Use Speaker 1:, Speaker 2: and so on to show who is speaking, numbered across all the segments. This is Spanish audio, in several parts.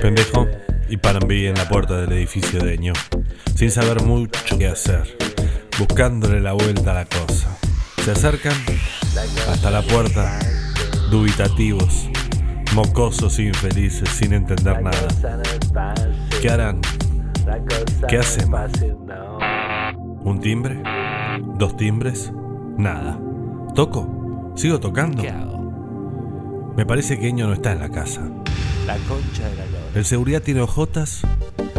Speaker 1: pendejo y paran en la puerta del edificio de ño, sin saber mucho qué hacer, buscándole la vuelta a la cosa. Se acercan hasta la puerta, dubitativos, mocosos e infelices, sin entender nada. ¿Qué harán? ¿Qué hacen? ¿Un timbre? ¿Dos timbres? Nada. ¿Toco? ¿Sigo tocando?
Speaker 2: ¿Qué hago?
Speaker 1: Me parece que Ño no está en la casa.
Speaker 2: La concha de la lora.
Speaker 1: El seguridad tiene hojotas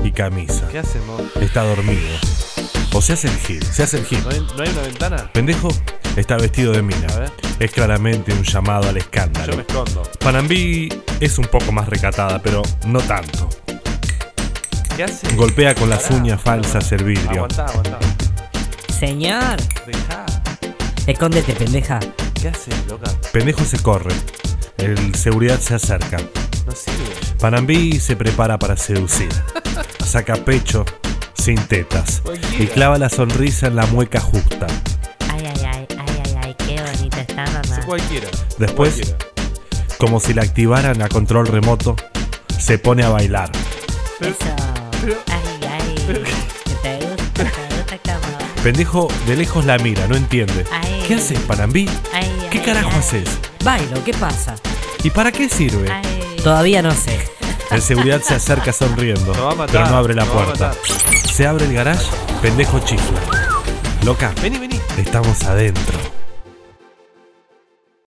Speaker 1: y camisa.
Speaker 2: ¿Qué hacemos?
Speaker 1: Está dormido. O se hace el gil, se hace el gil.
Speaker 2: ¿No hay, no hay una ventana?
Speaker 1: Pendejo está vestido de mina.
Speaker 2: A ver.
Speaker 1: Es claramente un llamado al
Speaker 2: Yo me
Speaker 1: escándalo.
Speaker 2: escondo.
Speaker 1: Panambi es un poco más recatada, pero no tanto.
Speaker 2: ¿Qué hace?
Speaker 1: Golpea con las
Speaker 2: Pará.
Speaker 1: uñas falsas el vidrio.
Speaker 2: Aguantá, aguantá.
Speaker 3: Señor,
Speaker 2: Dejá.
Speaker 3: escóndete, pendeja.
Speaker 2: ¿Qué hace, loca?
Speaker 1: Pendejo se corre. El seguridad se acerca.
Speaker 2: No sirve.
Speaker 1: Panambi se prepara para seducir. Saca pecho sin tetas y clava la sonrisa en la mueca justa.
Speaker 4: Ay, ay, ay, ay, ay, ay, qué bonita está,
Speaker 2: Es
Speaker 4: mamá.
Speaker 2: cualquiera.
Speaker 1: Después-
Speaker 2: Cualquiera.
Speaker 1: Como si la activaran a control remoto, se pone a bailar.
Speaker 4: Eso. Ay, ay. ¿Te gusta? ¿Te gusta cómo?
Speaker 1: Pendejo de lejos la mira, no entiende.
Speaker 4: Ay.
Speaker 1: ¿Qué haces, Panambí?
Speaker 4: Ay,
Speaker 1: ¿Qué
Speaker 4: ay,
Speaker 1: carajo
Speaker 4: ay.
Speaker 1: haces?
Speaker 3: Bailo, ¿qué pasa?
Speaker 1: ¿Y para qué sirve?
Speaker 4: Ay.
Speaker 3: Todavía no sé.
Speaker 1: El seguridad se acerca sonriendo,
Speaker 2: Nos va a matar,
Speaker 1: pero no abre la
Speaker 2: nos va a
Speaker 1: puerta.
Speaker 2: matar.
Speaker 1: Se abre el garage, pendejo chifla. Loca,
Speaker 2: Vení, vení.
Speaker 1: estamos adentro.